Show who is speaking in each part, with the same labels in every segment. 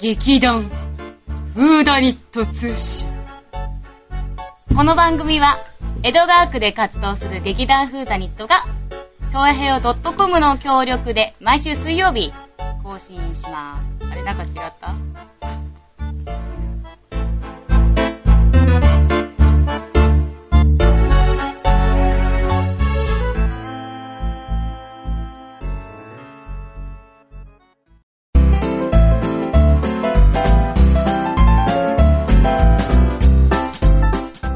Speaker 1: 劇団フーダニット通信この番組は江戸川区で活動する劇団フーダニットが長平を .com の協力で毎週水曜日更新しますあれなんか違ったこ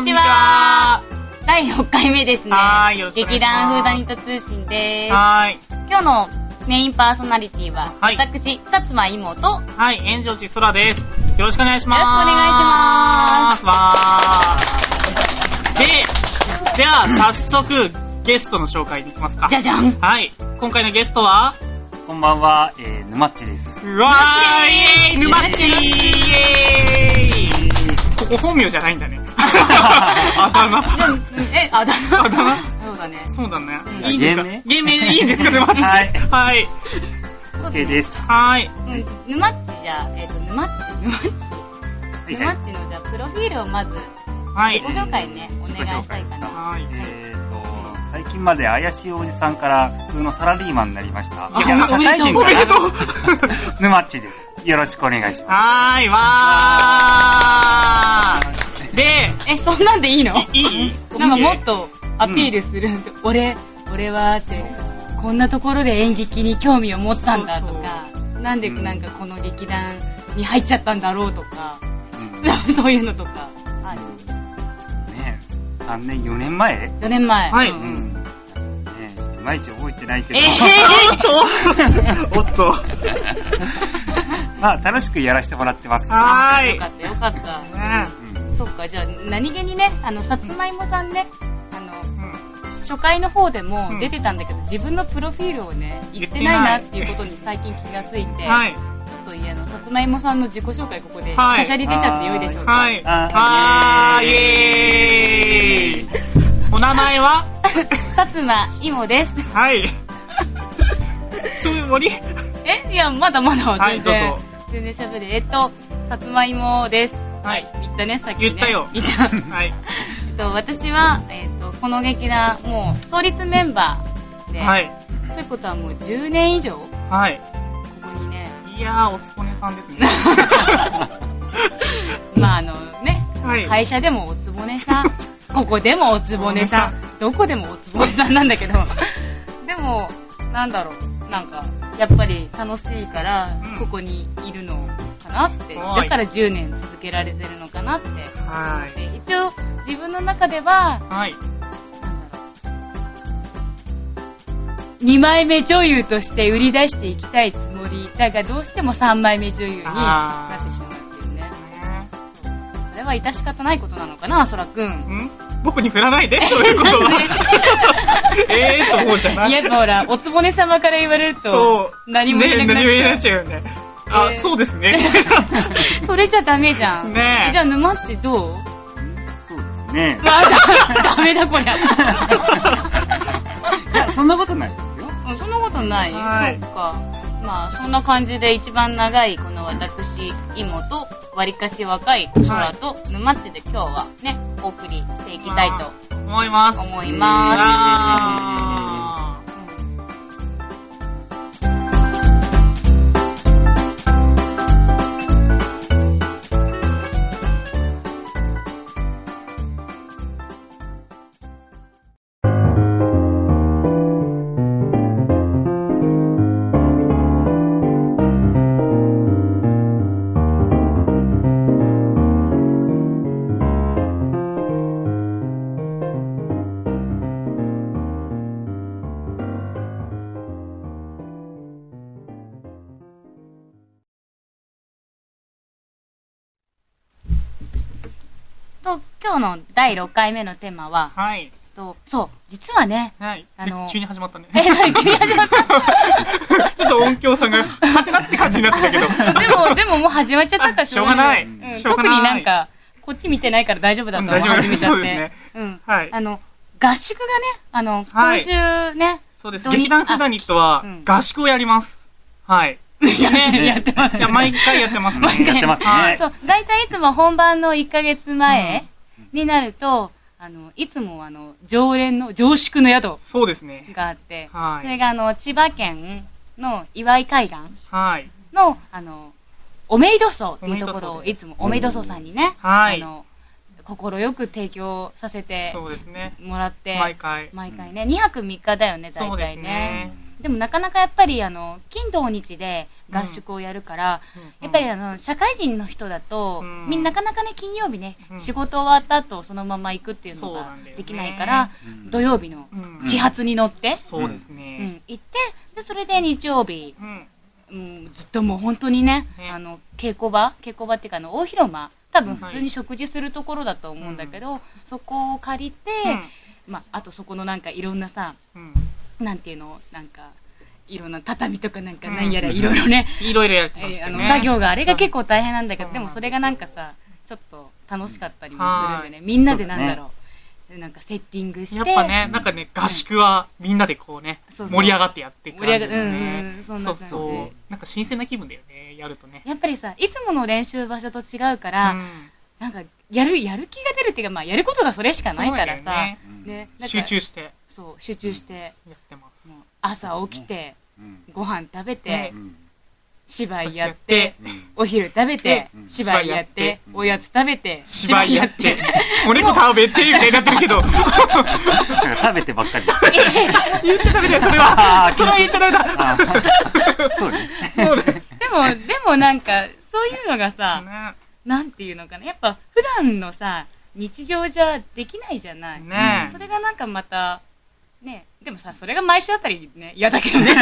Speaker 1: んにちは第6回目ですね
Speaker 2: はーいよろしくお願
Speaker 1: 劇
Speaker 2: いします
Speaker 1: 団フーダニット通信です
Speaker 2: はーい。
Speaker 1: 今日のメインパーソナリティは、
Speaker 2: はい
Speaker 1: 私、薩摩妹と、
Speaker 2: はい、炎上地空です。よろしくお願いします。
Speaker 1: よろしくお願いします
Speaker 2: わーで、では、早速、ゲストの紹介に行きますか
Speaker 1: じ。ゃじゃ ん
Speaker 2: はい、今回のゲストは、
Speaker 3: こんばんは、えー、沼っちです。
Speaker 2: うわーイエーイ
Speaker 1: ぬ
Speaker 2: ぬ
Speaker 1: ま
Speaker 2: ま
Speaker 1: っ
Speaker 2: っ
Speaker 1: ちー
Speaker 2: ちイエーイここ本名じゃないんだね。あだ名。
Speaker 1: え、あだ名。
Speaker 2: あだ
Speaker 1: そうだね。
Speaker 2: そうだね。
Speaker 3: うん
Speaker 2: いいんですか
Speaker 3: 芸名
Speaker 2: 芸名でいいんですかね、待って。
Speaker 3: はい
Speaker 2: はい。
Speaker 3: OK です。
Speaker 2: はい。
Speaker 1: うん、沼っちじゃ、えっ、と、沼っち、沼っち、
Speaker 3: い
Speaker 1: 沼っちの、じゃあ、プロフィールをまず、
Speaker 2: は
Speaker 1: 自己
Speaker 2: い。
Speaker 1: 紹介ね、お願いしたいか
Speaker 3: 自己紹
Speaker 1: な。
Speaker 2: はい。
Speaker 3: えーと、最近まで怪しいおじさんから普通のサラリーマンになりました。
Speaker 1: あ
Speaker 3: いや、
Speaker 1: お
Speaker 3: 社
Speaker 1: めで
Speaker 3: 会
Speaker 1: とう
Speaker 3: 人
Speaker 2: おめで
Speaker 3: か
Speaker 2: とう
Speaker 3: な。沼っちです。よろしくお願いしま
Speaker 2: はーい、わーで、
Speaker 1: え、そんなんでいいの
Speaker 2: いい
Speaker 1: なんかもっとアピールする、俺、俺はって、こんなところで演劇に興味を持ったんだとか、なんで
Speaker 3: うん
Speaker 1: なんかこの劇団に入っちゃったんだろうとか、
Speaker 3: す。うん
Speaker 1: そういうのとか。はい
Speaker 3: ねえ、3年、4年前
Speaker 1: 4年前。
Speaker 2: はい
Speaker 1: うん
Speaker 3: う。
Speaker 1: うんん
Speaker 3: ねえ、いまいち覚えてないけ
Speaker 1: え
Speaker 3: ど、
Speaker 2: おっと。
Speaker 3: まあ、楽しくやらせてもらってます。
Speaker 2: はー
Speaker 1: よ
Speaker 2: い
Speaker 1: か。ったよかった。
Speaker 2: ね
Speaker 3: うん
Speaker 1: そっか、じゃあ何気にね、あの、さつまいもさんね、あの、
Speaker 2: うん
Speaker 1: 初回の方でも
Speaker 2: うん
Speaker 1: 出てたんだけど、自分のプロフィールをね、言って
Speaker 2: 言
Speaker 1: な
Speaker 2: って
Speaker 1: いなってい
Speaker 2: ない
Speaker 1: うことに最近気がついて、
Speaker 2: はい。
Speaker 1: ちょっといやあの、さつまいもさんの自己紹介ここで、し
Speaker 2: はい
Speaker 1: ゃしゃり出ちゃってよいでしょうか。
Speaker 2: はい。
Speaker 3: あ
Speaker 2: は
Speaker 3: ー
Speaker 2: ーい、イエーイ。お名前は
Speaker 1: さつまいもです。
Speaker 2: はい。そういう森
Speaker 1: えいや、まだまだ、
Speaker 2: はい
Speaker 1: 全然。
Speaker 2: どうぞ
Speaker 1: 全然喋る。えっと、さつまいもです。
Speaker 2: はい
Speaker 1: 言ったね、さっき、ね。
Speaker 2: 言ったよ
Speaker 1: 言った。
Speaker 2: は
Speaker 1: え
Speaker 2: い。
Speaker 1: っと、私は、えっと、この劇団、もう、創立メンバーで、。
Speaker 2: はいい。
Speaker 1: ということはもう10年以上、こ
Speaker 2: はい。
Speaker 1: こにね、
Speaker 2: いやー、おつこねさんですね。
Speaker 1: まああのね、
Speaker 2: は い。
Speaker 1: 会社でもおつぼね さん、ここでもおつぼねさん、どこでもおつぼねさんなんだけど、 でも、なんだろう、なんか、やっぱり楽しいから
Speaker 2: う、ん
Speaker 1: ここにいるのかなって、
Speaker 2: はい
Speaker 1: だから10年続けられてるのかなって。
Speaker 2: は
Speaker 1: で一応、自分の中では、
Speaker 2: い。は
Speaker 1: な
Speaker 2: い。
Speaker 1: んだろう。2枚目女優として売り出していきたいつもりだがどうしても3枚目女優になってしまうっていうね
Speaker 2: ね
Speaker 1: それは致し方ないことなのかなあそらくん
Speaker 2: ん僕に振らないで、そういうことは。えーと、こう じゃない。
Speaker 1: やっぱほら、おつぼね様から言われる
Speaker 2: そ
Speaker 1: と
Speaker 2: う、。
Speaker 1: 何も言えなくなっ
Speaker 2: ね何も言えな
Speaker 1: ちゃ
Speaker 2: くなっちゃうよね。あ、
Speaker 1: えー
Speaker 2: そ うですね。
Speaker 1: う。それじゃダメじゃん。
Speaker 2: ねえ
Speaker 1: えじゃあ、沼っちどうわ
Speaker 3: そうですね。
Speaker 1: あ、だダメだこ りゃ。
Speaker 3: いや、そんなことないですよ。
Speaker 1: うんそんなことないよ。
Speaker 2: はい
Speaker 1: そっか。まあ、そんな感じで一番長い、この私、妹と、わりかし若い空と、沼っちで今日はね、お送りしていきたいと
Speaker 2: 思います。
Speaker 1: 思いま
Speaker 2: あ
Speaker 1: す。と、今日の第6回目のテーマは、
Speaker 2: ーはい。
Speaker 1: とそう、実はね、
Speaker 2: はい。
Speaker 1: あの
Speaker 2: 急に始まったね。
Speaker 1: え、何急に始まった
Speaker 2: ちょっと音響さんが、はてなって感じになってたけ ど。
Speaker 1: でも、でももう始まっちゃったから
Speaker 2: しょうがな
Speaker 1: う
Speaker 2: い
Speaker 1: ん。
Speaker 2: しょう
Speaker 1: 特
Speaker 2: が
Speaker 1: に
Speaker 2: な
Speaker 1: な
Speaker 2: い。
Speaker 1: ん、か、こっち見てないから大丈夫だと思う
Speaker 2: うん大丈夫
Speaker 1: 始めちゃっ
Speaker 2: そう
Speaker 1: て。
Speaker 2: ですね
Speaker 1: うん。
Speaker 2: はい。
Speaker 1: あの、合宿がね、あの、
Speaker 2: は
Speaker 1: 今
Speaker 2: い
Speaker 1: 週ね、
Speaker 2: そうです。
Speaker 1: 土日
Speaker 2: 劇団フダニットは
Speaker 1: うん、
Speaker 2: 合宿をやります。はい。ね
Speaker 4: やってます
Speaker 2: いや、毎回やってますね。
Speaker 3: やってます
Speaker 2: は
Speaker 3: ね
Speaker 2: い。
Speaker 1: そう、大体いつも本番の1ヶ月前になると、あの、いつもあの、常連の、常宿の宿
Speaker 2: そうですね。
Speaker 1: があって、
Speaker 2: はい
Speaker 1: それがあの、千葉県の岩井海岸
Speaker 2: はい。
Speaker 1: の、あの、おめいど荘っていうところ
Speaker 2: お
Speaker 1: を、
Speaker 2: めいど荘で
Speaker 1: いつもおめいど荘さんにね、
Speaker 2: はい
Speaker 1: あの、心よく提供させて
Speaker 2: そうですね。
Speaker 1: もらって、
Speaker 2: 毎回。
Speaker 1: 毎回ね、2泊3日だよね、大
Speaker 2: そうです
Speaker 1: 体ね。
Speaker 2: ね。
Speaker 1: でもなかなかやっぱりあの、金土日で合宿をやるから、やっぱりあの、社会人の人だと、
Speaker 2: うん
Speaker 1: みんななかなかね、金曜日ね、
Speaker 2: うん
Speaker 1: 仕事終わった後、そのまま行くっていうの
Speaker 2: そう
Speaker 1: が
Speaker 2: なんだよね
Speaker 1: できないから、
Speaker 3: うん
Speaker 1: 土曜日の
Speaker 2: うん
Speaker 1: 始発に乗って、
Speaker 2: そうです
Speaker 1: うん
Speaker 2: ね。
Speaker 1: 行って、で、それで日曜日、
Speaker 2: うん。
Speaker 1: うん、ずっともう本当にね、
Speaker 2: ね
Speaker 1: あの、稽古場、稽古場っていうかあの、大広間、多分普通に食事するところだと思うんだけど、そこを借りて、まあ、あとそこのなんかいろんなさ、
Speaker 2: うん。
Speaker 1: なんていうの、なんか、いろんな畳とかなんかなんやら
Speaker 3: うん
Speaker 1: いろいろ ね、
Speaker 2: いろいろやってまし
Speaker 1: えー
Speaker 2: た
Speaker 1: あ
Speaker 2: ね。
Speaker 1: の作業があれが結構大変なんだけど、
Speaker 2: そう
Speaker 1: でもそれがなんかさ、ちょっと楽しかったりもするんでね、
Speaker 2: は
Speaker 1: みんなでなんだろう、なんかセッティングして、
Speaker 2: やっぱね、なんかね、合宿はみんなでこうね、
Speaker 1: そうそう
Speaker 2: 盛り上がってやっていく
Speaker 1: 盛り上
Speaker 2: 感
Speaker 1: が
Speaker 2: じ
Speaker 1: る、
Speaker 2: だ
Speaker 1: う
Speaker 2: よ
Speaker 1: んうん
Speaker 2: ね。、
Speaker 1: そんな感
Speaker 2: そう
Speaker 1: じ
Speaker 2: そう。なんか新鮮な気分だよね、やるとね。
Speaker 1: やっぱりさ、いつもの練習場所と違うから、
Speaker 2: うん
Speaker 1: なんか、やる、やる気が出るっていうか、まあ、やることがそれしかないから
Speaker 2: そうだよ
Speaker 1: さ
Speaker 2: ね、
Speaker 3: うん
Speaker 1: ね、なんか
Speaker 2: 集。中して
Speaker 1: そう、集中して、
Speaker 2: やってます。
Speaker 1: もう朝起きて、
Speaker 3: うん
Speaker 1: ご飯食べて
Speaker 2: ね
Speaker 3: う、ん
Speaker 1: 芝居やって、
Speaker 3: うん
Speaker 1: お昼食べて
Speaker 3: う、ん
Speaker 1: 芝居やって
Speaker 3: う、ん
Speaker 1: おやつ食べて、
Speaker 2: 芝居やって、お猫食べて、みたいになってるけど、
Speaker 3: なんか食べてばっかり。
Speaker 2: 言っちゃダメだよ、それは。それは言っちゃダメだ。
Speaker 3: あそうね。
Speaker 2: そうだよ
Speaker 1: でも、でもなんか、そういうのがさ、
Speaker 2: ね。
Speaker 1: なんていうのかな。やっぱ、普段のさ、日常じゃできないじゃない。
Speaker 2: ね
Speaker 1: それがなんかまた、ね、でもさ、それが毎週あたりね、嫌だけどね。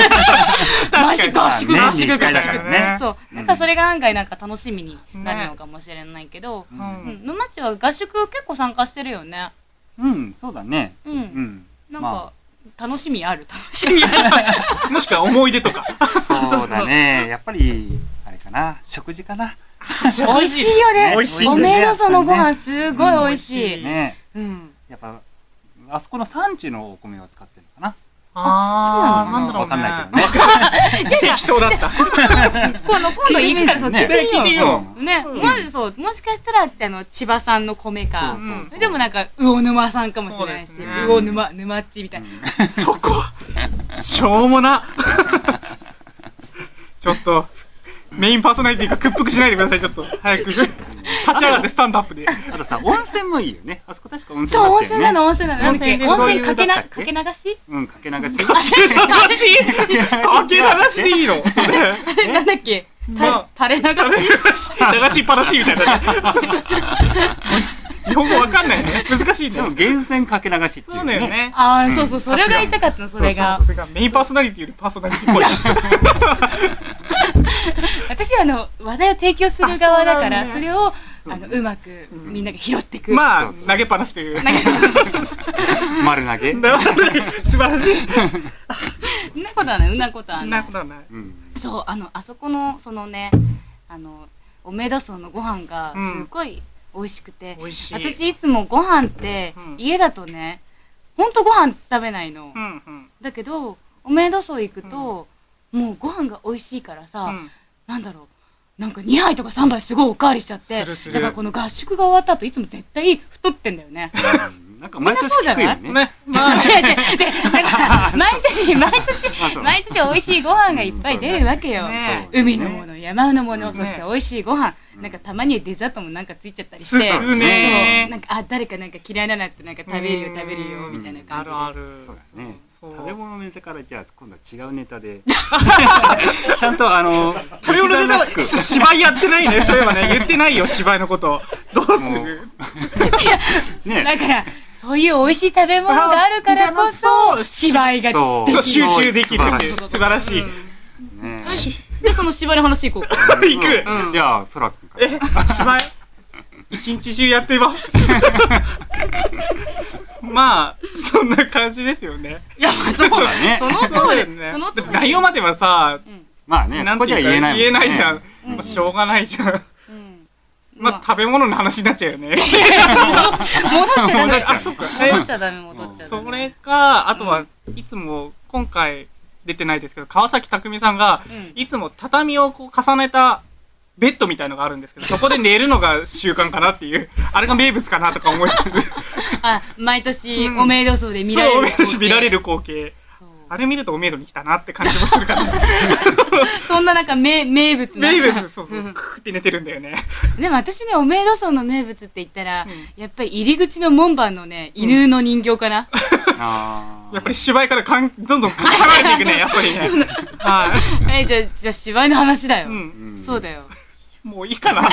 Speaker 1: 毎週合宿、
Speaker 3: まあ
Speaker 1: 合
Speaker 3: 年に
Speaker 1: 宿
Speaker 3: 一回
Speaker 1: 合
Speaker 3: だから
Speaker 1: 宿。
Speaker 3: ね
Speaker 1: そう。
Speaker 3: うん
Speaker 1: なんかそれが案外なんか楽しみになるのかもしれないけど、
Speaker 3: う
Speaker 2: うん
Speaker 1: うん
Speaker 2: ん。
Speaker 1: 沼地は合宿結構参加してるよね。
Speaker 3: うん、そうだね。
Speaker 1: う。
Speaker 3: うんん。
Speaker 1: なん
Speaker 3: ま
Speaker 1: か、楽しみある、楽しみある。
Speaker 2: もしくは思い出とか。
Speaker 3: あそうだね。やっぱり、あれかな。食事かな。
Speaker 1: 美味しいよね。
Speaker 2: 美味しい
Speaker 1: お
Speaker 2: よね
Speaker 1: めえのそのご飯すごい美味
Speaker 2: う
Speaker 1: し
Speaker 2: ん
Speaker 1: い。
Speaker 3: ね。
Speaker 1: うん。
Speaker 3: やっぱ、あそこの産地のお米を使ってるのかな。
Speaker 2: あ
Speaker 1: ー
Speaker 2: ー、なんだろうね。
Speaker 3: わかんないけどね。
Speaker 2: 適当だった。
Speaker 1: 今度、今度いいからそう、聞い
Speaker 3: ね
Speaker 1: てみよ
Speaker 2: 聞いてみよ
Speaker 1: う。ね、もし、そう、もしかしたら、あの、千葉さんの米か。
Speaker 2: そうそう
Speaker 1: それでもなんか、魚沼さんかもしれないし
Speaker 2: そう、ですね
Speaker 1: 魚沼、沼っちみたいな。
Speaker 3: う
Speaker 2: そこ、 しょうもな。 ちょっと、メインパーソナリティが屈服しないでください、ちょっと。早く。立ち上がって、スタンドアップ で。
Speaker 3: んあとさ、温泉もいいよね。あそこ確か温泉
Speaker 1: そう、
Speaker 3: だっ
Speaker 1: 温
Speaker 3: たよ
Speaker 1: 泉
Speaker 3: ね。
Speaker 1: なの、温泉なの。なんだっけ、温
Speaker 2: 温
Speaker 1: 泉
Speaker 2: 泉
Speaker 1: かけ
Speaker 2: でどういう
Speaker 1: な、
Speaker 3: だっ
Speaker 1: か
Speaker 3: け
Speaker 1: け流し
Speaker 3: うん、かけ流し。
Speaker 2: 話かけ流しでいいのそれ。
Speaker 1: なんだっけ、
Speaker 2: ま
Speaker 1: た垂れ流し
Speaker 2: 流しっぱなしみたいなね。 日本語わかんないね。難しいんだ
Speaker 3: でも
Speaker 2: よ。
Speaker 3: 源泉かけ流しっていう。
Speaker 2: そうだよ。ね。
Speaker 1: あ
Speaker 3: う
Speaker 1: あ、
Speaker 3: ん
Speaker 1: そうそう、それが言いたかったの、それが
Speaker 2: そう。そうそうそれがメインパーソナリティよりパーソナリティ っぽい。
Speaker 1: 私はあの、話題を提供する側だから、
Speaker 2: あ
Speaker 1: そ
Speaker 2: そうなんだ
Speaker 1: れを、あの、うまく、みんなが拾ってく。
Speaker 2: ま
Speaker 3: そう
Speaker 2: あ、
Speaker 3: そう
Speaker 2: 投げっぱなしという。
Speaker 3: 丸投げ。
Speaker 2: 素晴らしい。
Speaker 1: そんなことはない、そんなことは
Speaker 2: そん
Speaker 1: な
Speaker 2: ないこ。とはない。
Speaker 3: うん。
Speaker 1: そう、あの、あそこの、そのね、あの、おめだそのご飯が、
Speaker 2: うん
Speaker 1: すごい美味しくて、
Speaker 2: 美味しい。
Speaker 1: 私いつもご飯って、
Speaker 2: うん
Speaker 1: 家だとね、ほんとご飯食べないの。
Speaker 2: うんうん。
Speaker 1: だけど、おめだそ行くと、もうご飯が美味しいからさ、
Speaker 2: うん
Speaker 1: なんだろう。なんか2杯とか3杯すごいおかわりしちゃって。
Speaker 2: するする
Speaker 1: だからこの合宿が終わった後いつも絶対太ってんだよ ね。
Speaker 3: なんか毎年聞くよね。
Speaker 2: ね、まあ、
Speaker 1: 違う違うで、だ から毎年、毎
Speaker 3: あ
Speaker 1: 年、
Speaker 3: そう
Speaker 1: 毎年美味しいご飯がいっぱい出るわけよ。
Speaker 2: ね
Speaker 1: 海のもの、山のもの、
Speaker 3: うん
Speaker 1: そして美味しいご飯、なんかたまにはデザートもなんかついちゃったりして、
Speaker 2: すぐ
Speaker 1: そう
Speaker 2: ね。
Speaker 1: なんか、あ、誰かなんか嫌いななってなんか食べるよ食べるよ、みたいな感じ
Speaker 2: ある
Speaker 1: で。
Speaker 2: ある。
Speaker 3: そうだね。
Speaker 2: そう
Speaker 3: 食べ物のネタからじゃあ今度は違うネ タで。ちゃんとあの、
Speaker 2: 食べ物で
Speaker 3: 劇団ら
Speaker 2: も
Speaker 3: しく
Speaker 2: 芝居やってないね。そういえば ね、言ってないよ、芝居のこと。どうす
Speaker 3: も
Speaker 2: る
Speaker 3: ね。
Speaker 1: だから、そういう美味しい食べ物があるからこ
Speaker 2: あ
Speaker 1: そ、
Speaker 2: そう
Speaker 1: 芝居が。
Speaker 3: そう。
Speaker 2: そう、集中できるっていう。
Speaker 3: 素
Speaker 2: 素晴らしい。
Speaker 3: 晴らしい
Speaker 1: しで、その芝居の話いこうか。
Speaker 3: ね
Speaker 2: 行く
Speaker 3: うんじゃあ、そらくんから。
Speaker 2: え、芝居一日中やってます。 まあ、そんな感じですよね。
Speaker 1: いや、まあそう
Speaker 3: そうだね
Speaker 1: その通
Speaker 2: だよ
Speaker 1: り、
Speaker 2: ね
Speaker 1: その。通
Speaker 2: で
Speaker 1: り
Speaker 2: も。内容まではさ、
Speaker 3: まあね、
Speaker 2: な
Speaker 3: こ
Speaker 2: ん
Speaker 3: こ
Speaker 2: て
Speaker 3: じゃ
Speaker 2: いうか
Speaker 3: 言えないもんね。
Speaker 2: 言えないじゃん。
Speaker 1: うん
Speaker 2: まあしょうがないじゃん。
Speaker 1: うん
Speaker 2: まあ、食べ物の話になっちゃうよ ね。
Speaker 1: 戻っちゃダ メ。
Speaker 2: あ、そっか。
Speaker 1: 戻っちゃダメ、戻っちゃダメ。
Speaker 2: それか、あとは、いつも、今回、出てないですけど、川崎匠さんが、
Speaker 1: うん
Speaker 2: いつも畳をこう重ねたベッドみたいのがあるんですけど、そこで寝るのが習慣かなっていう、あれが名物かなとか思いつつ、
Speaker 1: あ、毎年、
Speaker 2: うん
Speaker 1: おめでとうそうで見られ
Speaker 2: そう、
Speaker 1: る。
Speaker 2: おめでとう見られる。光景。あれ見るとおめでとうに来たなって感じもする から、
Speaker 1: そんななんか名名物な
Speaker 2: 名物、そうそうう、
Speaker 1: ん
Speaker 2: クーって寝てるんだよね。
Speaker 1: でも私ね、おめえど荘の名物って言ったら、
Speaker 2: う
Speaker 1: やっぱり入り口の門番のね、犬の人形かな。
Speaker 3: あ ー
Speaker 2: やっぱり芝居からかんどんどん離れていくね、やっぱりね。はい。
Speaker 1: え、じゃあ、じゃあ芝居の話だよ。
Speaker 2: うん。
Speaker 3: ん
Speaker 1: そうだよ。
Speaker 2: もういい かな。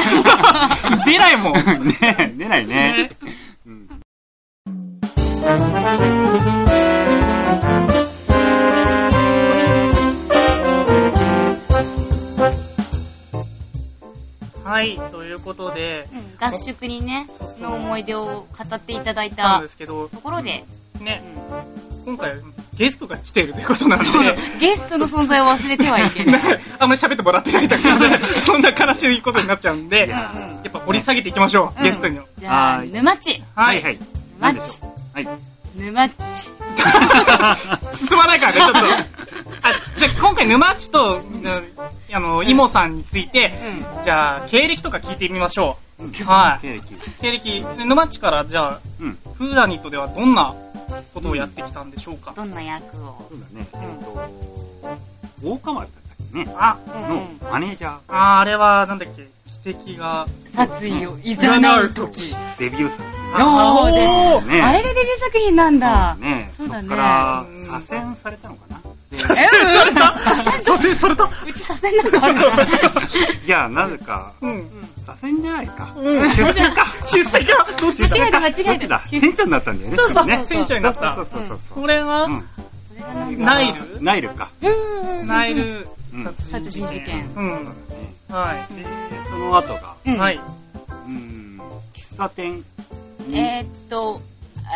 Speaker 2: 出ないもん。
Speaker 3: ね出ないね。うん
Speaker 2: はい、ということで、
Speaker 1: 合宿にね、の思い出を語っていただい
Speaker 2: なん
Speaker 1: た
Speaker 2: ですけど、
Speaker 1: ところで、
Speaker 2: ね、今回ゲストが来ているということなんで、
Speaker 1: そうだ ゲストの存在を忘れてはいけ ない。
Speaker 2: あんまり喋ってもらってないだけなので、そんな悲しいことになっちゃうんで、
Speaker 3: い
Speaker 2: や
Speaker 3: やー
Speaker 2: っぱ掘り下げていきましょう、
Speaker 1: うん
Speaker 2: ゲストに。
Speaker 1: じゃあ、
Speaker 3: はい
Speaker 1: 沼地、
Speaker 2: はい、
Speaker 3: はい。
Speaker 1: 沼
Speaker 3: 何で
Speaker 1: 地
Speaker 3: しょ、はい。
Speaker 1: 沼地。
Speaker 2: 進まないから ね、ちょっと。あじゃあ今回沼地と、あの、イモさんについて、
Speaker 1: う
Speaker 2: じゃあ経歴とか聞いてみましょう。
Speaker 3: うん
Speaker 2: はい。
Speaker 3: 経歴。
Speaker 2: 経歴、ね沼地からじゃあ、
Speaker 3: うん。
Speaker 2: フーダニットではどんなことをやってきたんでしょうか
Speaker 1: ん。、どんな役を。
Speaker 3: そうだね。え
Speaker 1: ん
Speaker 3: っと、大河丸だったっけね。
Speaker 2: あ、
Speaker 1: うんう
Speaker 3: の
Speaker 1: ん。
Speaker 3: マネージャー。
Speaker 2: あーあれは、なんだっけ、汽笛が。
Speaker 1: 殺意をいざなう時。
Speaker 3: デビュー作品
Speaker 1: そうです
Speaker 2: あー
Speaker 3: ね。
Speaker 1: あれがデビュー作品なんだ。
Speaker 3: そうね。
Speaker 1: そ
Speaker 3: そうっ
Speaker 1: だね
Speaker 3: から
Speaker 2: うん、
Speaker 3: 左遷されたのかな
Speaker 2: 蘇生された
Speaker 1: うちさせんなか った。
Speaker 3: いや、なぜか、
Speaker 2: うん。
Speaker 3: 左遷じゃないか。
Speaker 2: うん。
Speaker 3: 出世か。
Speaker 2: 出世がどっち
Speaker 1: 間違えた間違えた
Speaker 3: どっちだ船長になったんだよね。
Speaker 1: そうそう
Speaker 3: 次ね
Speaker 2: 船長になった
Speaker 3: そう。そうそうそう。
Speaker 2: それは、
Speaker 1: それがなんだ
Speaker 2: ナイル
Speaker 3: ナイルか。
Speaker 1: うんうんうんうん。
Speaker 2: ナイル
Speaker 3: うん
Speaker 2: 殺人事件。う
Speaker 3: そうだ
Speaker 2: ん。
Speaker 3: ね
Speaker 2: は
Speaker 3: で、その後が、
Speaker 1: うん。
Speaker 2: い。はい。
Speaker 3: うん、喫茶店に、
Speaker 1: えーっと、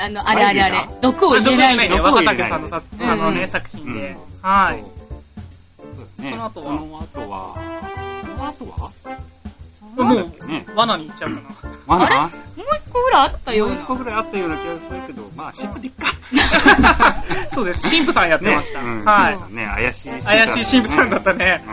Speaker 1: あの、あれあれあれ、毒を入れないで。
Speaker 2: ね、
Speaker 3: 毒
Speaker 2: 若竹さんのさ
Speaker 1: うん
Speaker 2: あのね、作品で
Speaker 3: うん。
Speaker 2: はい。
Speaker 3: そうそうですね
Speaker 2: その後は
Speaker 3: その後は、その後は
Speaker 2: も
Speaker 3: なんだ
Speaker 2: う
Speaker 3: っ、けね。
Speaker 2: 罠に行っちゃうかな。
Speaker 3: まだ
Speaker 1: もう一個ぐらいあったよう
Speaker 3: 4個
Speaker 1: な。
Speaker 3: ぐらいあったような気がするけど、まあ、シンプルでいっか。
Speaker 2: そうです。神父さんやってました。
Speaker 3: うん
Speaker 2: はい
Speaker 3: 神父。さんね、怪しい神父さん。
Speaker 2: 怪しい神父さんだったね。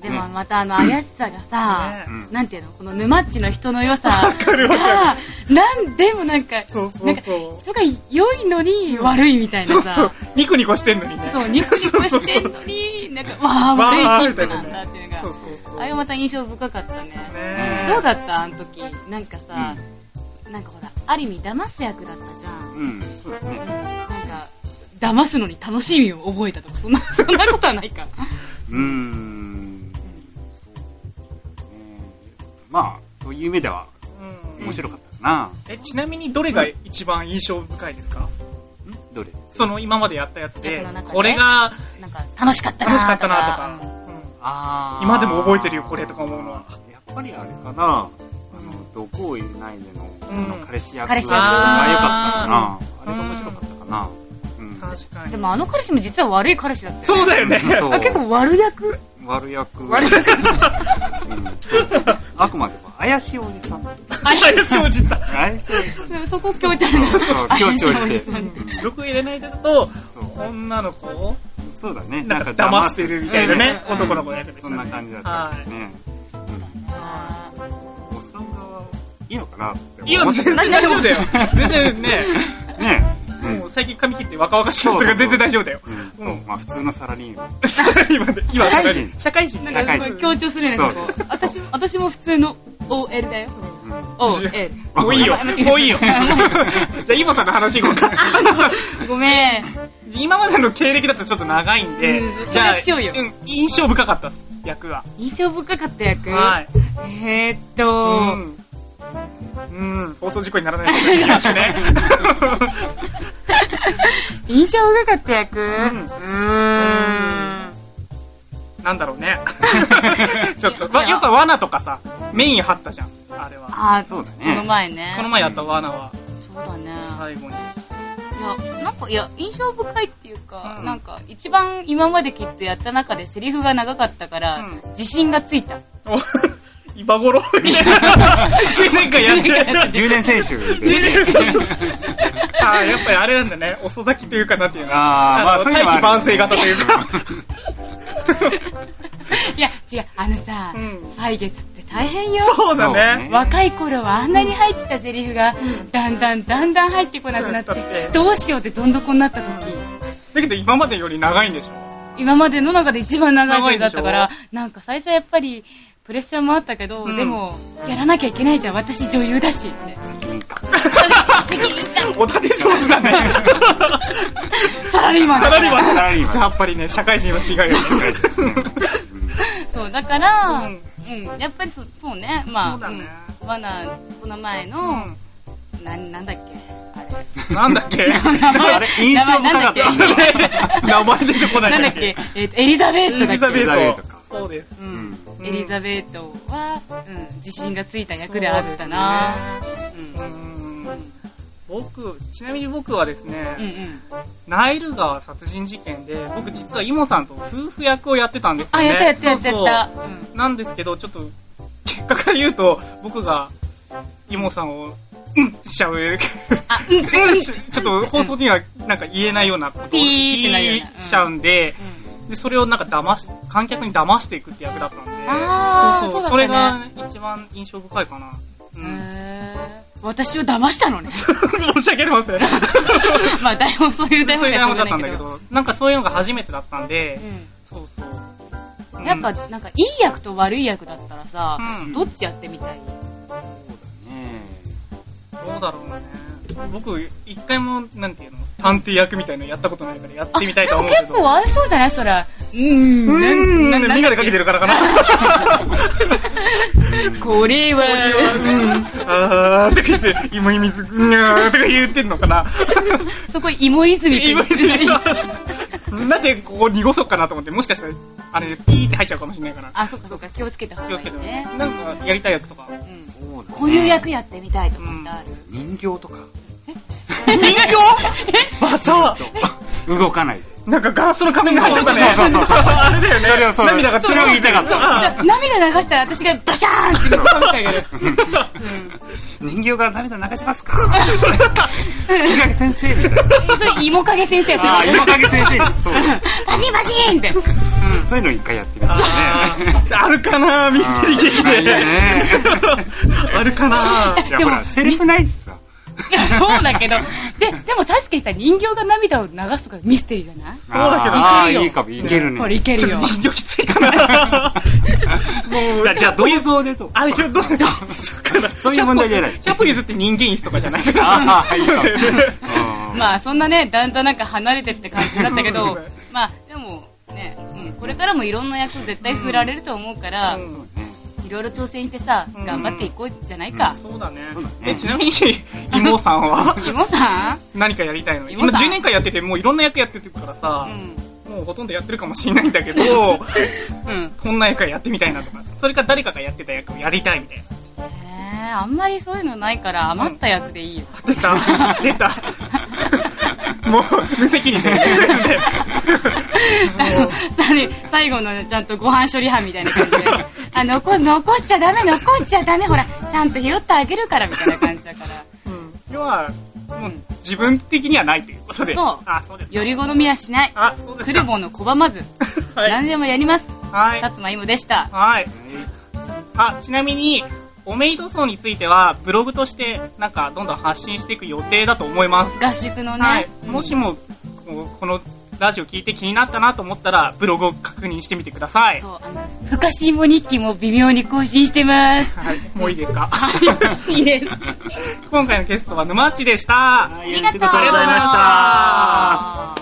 Speaker 1: でもまたあの怪しさがさ、
Speaker 3: うん。うん
Speaker 1: なんていうのこの沼っちの人の良さ
Speaker 2: かるわ
Speaker 1: が、 なんでもなんか、
Speaker 2: そうそうそう。
Speaker 1: 人が良いのに悪いみたい
Speaker 2: そ
Speaker 1: な
Speaker 2: うそう
Speaker 1: さ。。
Speaker 2: ニコニコしてんのにね。
Speaker 1: そう、ニコニコしてんのに、なんか、わあ、悪いシーンなんだっていう
Speaker 2: そう
Speaker 1: の
Speaker 2: そうそう。
Speaker 1: が。あれまた印象深かったね。
Speaker 2: ね
Speaker 1: どうだったあの時。なんかさ、なんかほら、ある意味騙す役だったじゃん。
Speaker 3: うん、そうですね。
Speaker 1: なんか、騙すのに楽しみを覚えたとか、そんな、 そんなことはないか。
Speaker 3: うーん、そうね。まあ、そういう意味では
Speaker 2: うん
Speaker 3: 面白かったかな。
Speaker 2: え、ちなみにどれが一番印象深いですか
Speaker 3: んどれ
Speaker 2: その今までやったやつで
Speaker 1: 役の中、で
Speaker 2: これが
Speaker 1: なんか、楽しかったな
Speaker 2: 楽しかったなと
Speaker 1: と
Speaker 2: か
Speaker 1: か。。
Speaker 3: あー
Speaker 2: 今でも覚えてるよこれとか思うのは。
Speaker 3: やっぱりあれかな、あの、毒を入れないでの、
Speaker 2: うん
Speaker 3: あの彼氏役が
Speaker 1: 彼
Speaker 3: 良
Speaker 1: 氏役
Speaker 3: かったかな。
Speaker 2: あ
Speaker 3: あ
Speaker 2: ー
Speaker 3: れが面白かったかな。うん。
Speaker 2: 確かに。
Speaker 1: でもあの彼氏も実は悪い彼氏だったよ、ね。
Speaker 2: そうだよね。
Speaker 3: そ
Speaker 1: あ結
Speaker 3: う。
Speaker 1: 構悪役
Speaker 3: 悪役。
Speaker 1: 悪
Speaker 3: 役。うん、そうあくまでも怪しいおじさん。
Speaker 2: 林おじさん。
Speaker 3: 怪しいおじさん。
Speaker 1: そこ強調なんだ。
Speaker 3: そう、強調して。う
Speaker 1: 怪しいお
Speaker 3: ん
Speaker 2: 毒入れないでだと、
Speaker 3: そう
Speaker 2: 女の子を
Speaker 3: そうだね。
Speaker 2: なんか騙してるみたいなね、
Speaker 1: うん
Speaker 2: 男の子の役でし
Speaker 3: そ
Speaker 2: た
Speaker 3: んな
Speaker 2: ね。
Speaker 3: 感じだったんですね。おっさんが、いいのかなって思
Speaker 2: いや、全然大丈夫だよ。全然ね、
Speaker 3: ね。うん
Speaker 2: もう最近髪切って若々しくなったから全然大丈夫だよ。
Speaker 3: うん
Speaker 2: う
Speaker 3: そう、まあ普通のサラリーマン。
Speaker 2: 今で、今、
Speaker 3: 社会人
Speaker 2: 社会人
Speaker 1: なん
Speaker 3: 社
Speaker 1: か
Speaker 3: 会
Speaker 1: こ
Speaker 3: 人
Speaker 1: う強調するよね、そ
Speaker 3: そ
Speaker 1: こ
Speaker 3: う。
Speaker 1: 私も、私も普通の OL だよ。
Speaker 3: うん。
Speaker 1: OL。
Speaker 2: もういいよ
Speaker 1: あ間違え。た
Speaker 2: もういいよ。じ ゃあ、イボさんの話いこうか。
Speaker 1: ごめん。
Speaker 2: 今までの経歴だとちょっと長いんで
Speaker 1: うん、
Speaker 2: じゃ
Speaker 1: 省
Speaker 2: あ、
Speaker 1: 略しようよ
Speaker 2: ん印象深かったっす、役は。
Speaker 1: 印象深かった役
Speaker 2: はい。
Speaker 1: えーっと、
Speaker 2: うん。うん。放送事故にならないようによろしくね。
Speaker 1: 印象深かった役う
Speaker 2: うん
Speaker 1: ーん。
Speaker 2: なんだろうね。 ちょっと、わやっぱ罠とかさ、メイン張ったじゃん、あれは。
Speaker 1: ああ、
Speaker 3: そうだね
Speaker 1: この前ね。
Speaker 2: この前やった罠は、
Speaker 1: そうだね。
Speaker 2: 最後に。
Speaker 1: いや、なんか、いや、印象深いっていうか、
Speaker 2: うん
Speaker 1: なんか、一番今まできっとやった中でセリフが長かったから、
Speaker 2: うん
Speaker 1: 自信がつい た。
Speaker 2: お今頃みたいな。10年間やって。
Speaker 3: 10年選手。
Speaker 2: 10年、そうそうそうああ、やっぱりあれなんだね。遅咲きというかなんていうの。
Speaker 3: あーまあ
Speaker 2: の
Speaker 3: そういう
Speaker 2: 大
Speaker 3: のはあ
Speaker 2: 器
Speaker 3: る
Speaker 2: 晩成型という か。
Speaker 1: いや、違う、あのさ、
Speaker 2: うん
Speaker 1: 歳月って大変よ。
Speaker 2: そうだ
Speaker 3: そう
Speaker 2: ね。
Speaker 3: ね
Speaker 1: 若い頃はあんなに入ってたセリフが、だんだんだんだん入ってこなくなっ
Speaker 2: そうだって
Speaker 1: て、どうしようってどん底になった時、
Speaker 2: だけど今までより長いんでしょ。
Speaker 1: 今までの中で一番長いセリフだったか
Speaker 2: 長い
Speaker 1: ら
Speaker 2: で、
Speaker 1: なんか最初はやっぱり、プレッシャーもあったけど、
Speaker 2: うん
Speaker 1: でも、やらなきゃいけないじゃん、私女優だし って。
Speaker 3: いいか
Speaker 2: おだて上手 だね。
Speaker 1: サラリーマンだから
Speaker 2: サラリーマン
Speaker 3: サラリーマン
Speaker 2: やっぱりね、社会人は違うよ ね。
Speaker 1: そう、だから、う
Speaker 2: うんん、
Speaker 1: やっぱりそそうね、まあ、
Speaker 2: そうだね
Speaker 1: うんわな、この前の、な、なんだっけ、あれ。
Speaker 2: うん。なんだっけ
Speaker 3: あれ印象深かっ
Speaker 1: 名前なんだっけ
Speaker 3: た。
Speaker 2: 名前出てこない。
Speaker 1: なんだっけ、えっ、と、エリザベートだっけ
Speaker 2: エリザベ
Speaker 3: エリザベ
Speaker 2: ー
Speaker 3: ート
Speaker 2: ト
Speaker 3: か。
Speaker 2: そうです。
Speaker 1: う
Speaker 3: うんん。
Speaker 1: エリザベートは、うん、自信がついた役であったなうん
Speaker 2: そうですね。うん僕、ちなみに僕はですね、
Speaker 1: うんうん。
Speaker 2: ナイル川殺人事件で、僕実はイモさんと夫婦役をやってたんですよ
Speaker 1: あ、
Speaker 2: ね。
Speaker 1: やったやったやった
Speaker 2: そ
Speaker 1: や
Speaker 2: う
Speaker 1: っ
Speaker 2: そう
Speaker 1: た。
Speaker 2: なんですけど、ちょっと、結果から言うと、僕が、イモさんを、うんしちゃう。うん
Speaker 1: あ、うん、うん、
Speaker 2: しちょっと放送にはなんか言えないようなことを
Speaker 1: ピーってなるような
Speaker 2: ピーしちゃうんで、で、それをなんか騙し、観客に騙していくって役だったんで、
Speaker 1: あー
Speaker 2: そうそう、
Speaker 1: そ
Speaker 2: そ
Speaker 1: だ
Speaker 2: うれ
Speaker 1: った
Speaker 2: が
Speaker 1: ね
Speaker 2: 一番印象深いかな。う
Speaker 1: うん。
Speaker 2: ん。
Speaker 1: へー私を騙したのね。
Speaker 2: 申し訳ありま せん。
Speaker 1: まあ、台本、そういう台
Speaker 2: そ
Speaker 1: 本
Speaker 2: ういう
Speaker 1: ではしょ
Speaker 2: 役
Speaker 1: うが
Speaker 2: だっ
Speaker 1: な
Speaker 2: たん
Speaker 1: い
Speaker 2: だ
Speaker 1: け
Speaker 2: け
Speaker 1: ど。
Speaker 2: ど、なんかそういうのが初めてだったんで、
Speaker 1: う
Speaker 2: そうそう。うん
Speaker 1: ん。やっぱ、なんか、いい役と悪い役だったらさ、
Speaker 2: うん
Speaker 1: どっちやってみたい
Speaker 3: ね
Speaker 2: そうだろうね。僕、一回も、なんていうの、探偵役みたいなのやったことないからやってみたいとは思うけ
Speaker 1: 結
Speaker 2: ど。
Speaker 1: 構合いそうじゃないそら。うーん。
Speaker 2: うーん、
Speaker 1: な
Speaker 2: なんん
Speaker 1: だっけ
Speaker 2: で眼鏡かけてるからかな。
Speaker 1: これは、
Speaker 2: あーとか言って、芋煮水、うーんとか言ってんのか な。
Speaker 1: そこ、芋泉って言
Speaker 2: 芋
Speaker 1: って
Speaker 2: 煮水なんでここ濁そうかなと思って、もしかしたら、あれ、ピーって入っちゃうかもしれないから。
Speaker 1: あ、そっかそっか、気をつけた方
Speaker 2: 気を
Speaker 1: が
Speaker 2: つ
Speaker 1: い
Speaker 2: け
Speaker 1: い
Speaker 2: てね
Speaker 1: ね。。
Speaker 2: なんか、やりたい役とか。
Speaker 1: うん
Speaker 3: そうだね
Speaker 1: こういう役やってみたいとかってある、
Speaker 3: 人形とか。
Speaker 2: 人形バサ
Speaker 3: 動かないで。
Speaker 2: なんかガラスの仮面が入っちゃったね。
Speaker 3: そうそうそう
Speaker 2: あれだよね。
Speaker 3: それをそう
Speaker 2: 涙が
Speaker 3: それを言いたかった
Speaker 2: あー
Speaker 1: 涙流したら私がバシャーンって見たみたいな。
Speaker 3: 人形が涙流しますか月影先生みたいな。
Speaker 1: それ、芋影先生と
Speaker 3: ああ、芋影先生。そう
Speaker 1: バシンバシンって。
Speaker 3: うんそういうの一回やってみたい
Speaker 2: あ
Speaker 3: ね。
Speaker 2: ーあるかなミステリー劇
Speaker 3: ない よ
Speaker 2: で。
Speaker 3: ね。
Speaker 2: あるかない
Speaker 3: や、ほら、セリフないっすわ。
Speaker 1: いや、そうだけど。で、でも確かにさ、人形が涙を流すとかミステリーじゃない
Speaker 3: そうだ
Speaker 2: けど
Speaker 3: ああ、
Speaker 1: いけるよ
Speaker 3: いいかも、いける
Speaker 1: これい
Speaker 3: ね。
Speaker 1: け
Speaker 2: ち
Speaker 1: る
Speaker 2: ょ
Speaker 1: よ
Speaker 2: っと。人形きついかなもう、
Speaker 3: じゃあ、銅像でと。
Speaker 2: あれ、どうそうかな。
Speaker 3: そういう問題じゃない
Speaker 2: 100歩譲って人間椅子とかじゃないから。
Speaker 3: ああ、いいかも。あ
Speaker 1: まあ、そんなね、だんだんなんか離れてって感じだったけ
Speaker 2: そ
Speaker 1: ど
Speaker 2: うだね、
Speaker 1: まあ、でも、ね、うん、これからもいろんな役絶対振られると思うから、
Speaker 2: うん
Speaker 1: いろいろ挑戦してさ、
Speaker 2: うん
Speaker 1: 頑張っていこうじゃないか。
Speaker 2: そうだね
Speaker 3: そうだね。
Speaker 2: え、ちなみに、妹さんは
Speaker 1: 芋 さん
Speaker 2: 何かやりたいの今
Speaker 1: 妹さん
Speaker 2: 10年間やってて、もういろんな役やってるからさ
Speaker 1: う、ん。
Speaker 2: もうほとんどやってるかもしれないんだけ ど、
Speaker 1: うん。
Speaker 2: こんな役やってみたいなとか、それか誰かがやってた役をやりたいみたいな。
Speaker 1: えー、あんまりそういうのないから余った役でいい よ。
Speaker 2: 出た、出 た。もう、無責 任で。
Speaker 1: さに最後のねちゃんとご飯処理班みたいな感じ で、あ残残しちゃダメ、残しちゃダメ、ほら、ちゃんと拾ってあげるからみたいな感じだから、
Speaker 2: うん要は、も
Speaker 1: う
Speaker 2: うん自分的にはないということで。
Speaker 1: そう
Speaker 2: あ、そうですか。
Speaker 1: より好みはしない、
Speaker 2: あ、そうです
Speaker 1: ク
Speaker 2: か。
Speaker 1: ルボンの拒まず、
Speaker 2: はい。
Speaker 1: 何でもやります、
Speaker 2: はい。
Speaker 1: 薩摩芋でした。
Speaker 2: はい。あ、ちなみに、おめいと層については、ブログとして、なんか、どんどん発信していく予定だと思います。
Speaker 1: 合宿のね、
Speaker 2: はい。もしも、こうこのラジオ聞いて気になったなと思ったら、ブログを確認してみてください。
Speaker 1: そうあのふかし芋日記も微妙に更新してます。
Speaker 2: はい。もういいですか
Speaker 1: い いです。
Speaker 2: 今回のゲストは沼っちでした。
Speaker 3: あ
Speaker 1: ありがとう。
Speaker 3: ありがとうございました。
Speaker 1: した。